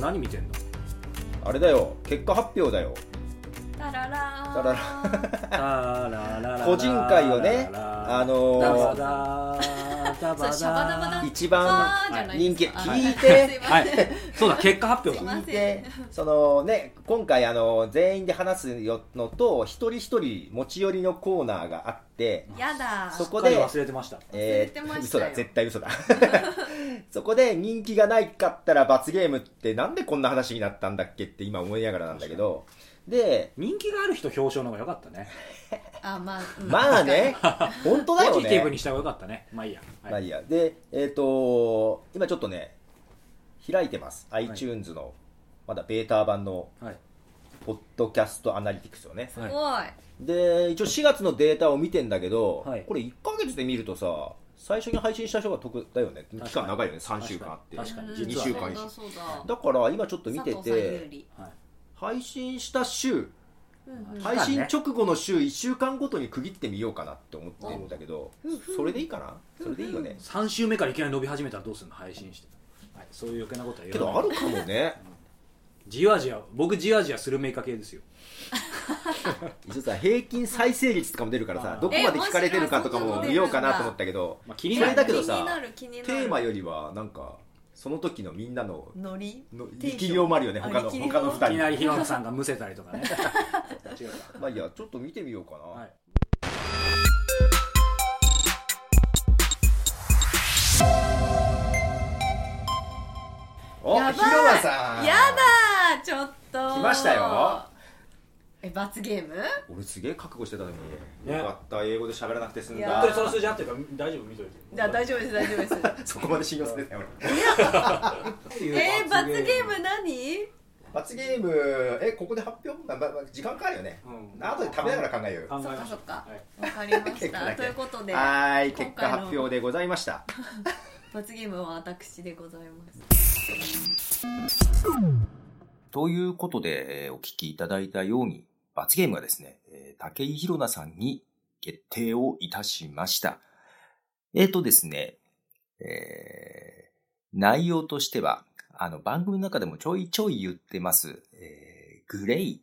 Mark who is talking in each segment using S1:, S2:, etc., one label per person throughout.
S1: 何見てんの
S2: あれだよ結果発表だよ
S3: タララー
S2: タララ個
S1: 個
S2: 人会をねあのー
S3: そうシャバダバダ
S2: 一番
S3: バーじゃないです
S2: 人
S3: か
S2: 気
S3: あ
S2: 聞い
S3: す
S2: て
S3: いま
S1: は
S3: せん
S1: いそうだ結果発表だ
S2: 聞い
S3: すい
S2: てそのね今回あの全員で話すよのと一人一人持ち寄りのコーナーがあって
S3: やだ
S2: そこ
S1: すっかり
S2: で
S1: 忘れてました
S2: え
S3: 忘れて
S2: ー、
S3: ましたよ
S2: 嘘だ絶対嘘だ そこで人気がないかったら罰ゲームってなんでこんな話になったんだっけって今思いながらなんだけどで
S1: 人気がある人表彰の方が良かったね
S3: あまあ、うん
S2: まあね本当だよ
S1: ポ
S2: ね
S1: ジティブにした方が良かったねまあいいやはい
S2: まあいいやでえっ、と今ちょっとね開いてます、iTunes のまだベータ版の
S1: はい
S2: ポッドキャストアナリティクスをね
S3: すごい
S2: で一応4月のデータを見てんだけど、
S1: はい
S2: これ1ヶ月で見るとさ最初に配信した人が得だよね期
S1: 確かに
S2: 間長いよね3週間あって
S1: 確かに
S3: うん
S1: 実は
S2: 二週間以上
S3: そうだそうだ
S2: だから今ちょっと見て
S3: 佐藤さん有
S2: て
S3: 利
S1: はい
S2: 配信した週
S3: うんうん
S1: は
S2: 配信直後の週1週間ごとに区切ってみようかなって思ってるんだけどそれでいいかなそれでいいよね
S1: 3週目からいきなり伸び始めたらどうするの配信して、はい、そういう余計なことは言
S2: けどあ
S1: わない
S2: るかもね
S1: じわじわ僕じわじわスルメイカ系ですよ
S2: 実は平均再生率とかも出るからさ
S1: あー
S2: どこまで引かれてるかとかも見ようかなと思ったけど
S1: まあ気に
S2: そ
S1: な
S2: れ
S1: る
S2: だけどさ
S3: 気になる気になる
S2: テーマよりはなんかその時のみんなの
S4: ノリ
S2: の
S4: テンション
S2: 力量もあるよね
S4: あ
S2: 他の
S4: 力量
S2: 他の
S1: いき
S2: 2
S1: な
S2: 人
S1: りヒロンさんがむせたりとかね違うか
S2: まあいいやちょっと見てみようかな、
S1: はい
S2: お
S3: やばい
S2: ひろわさん
S3: やだーちょっと
S2: 来ましたよ
S3: え罰ゲーム
S2: 俺すげえ覚悟してたのに、
S1: ね
S2: よかった英語で喋らなくて済ん
S4: い
S2: だ
S4: や
S1: 本当にその数字合ってるから大丈夫見といて
S4: じゃあ大丈夫です大丈夫 です
S2: そこまで信用されたよ俺
S3: えー、罰ゲーム何
S2: 罰ゲームえここで発表、まあまあまあ、時間かかるよね、
S1: うん
S2: 後で食べながら考えようよ
S1: 考えましょう
S3: そっかそっか
S1: はい
S3: わか りま
S2: 結
S3: し
S2: 果だ
S3: た
S2: け
S3: ということで
S2: はーい結
S3: 今回の
S2: 果発表でございました
S3: 罰ゲームは私でございます
S2: ということで、えーお聞きいただいたように、罰ゲームはですね、えー武井宏奈さんに決定をいたしました。えっ、とですね、えー内容としては、あの、番組の中でもちょいちょい言ってます、えーグレイ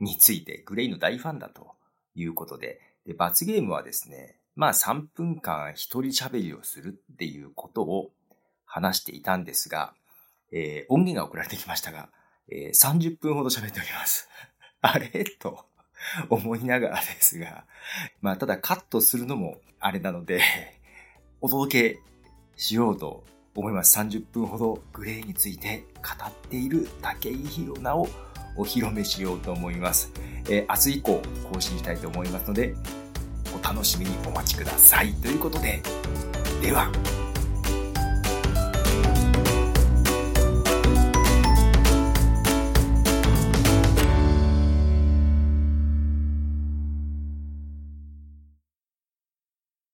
S2: について、グレイの大ファンだということで、で罰ゲームはですね、まあ3分間一人喋りをするっていうことを話していたんですが、えー音源が送られてきましたが、えー30分ほど喋っております。 あれと思いながらですが、まあ、ただカットするのもあれなので、お届けしようと思います。30分ほどグレーについて語っている武井宏奈をお披露目しようと思います。えー明日以降更新したいと思いますので、お楽しみにお待ちください。ということで、では、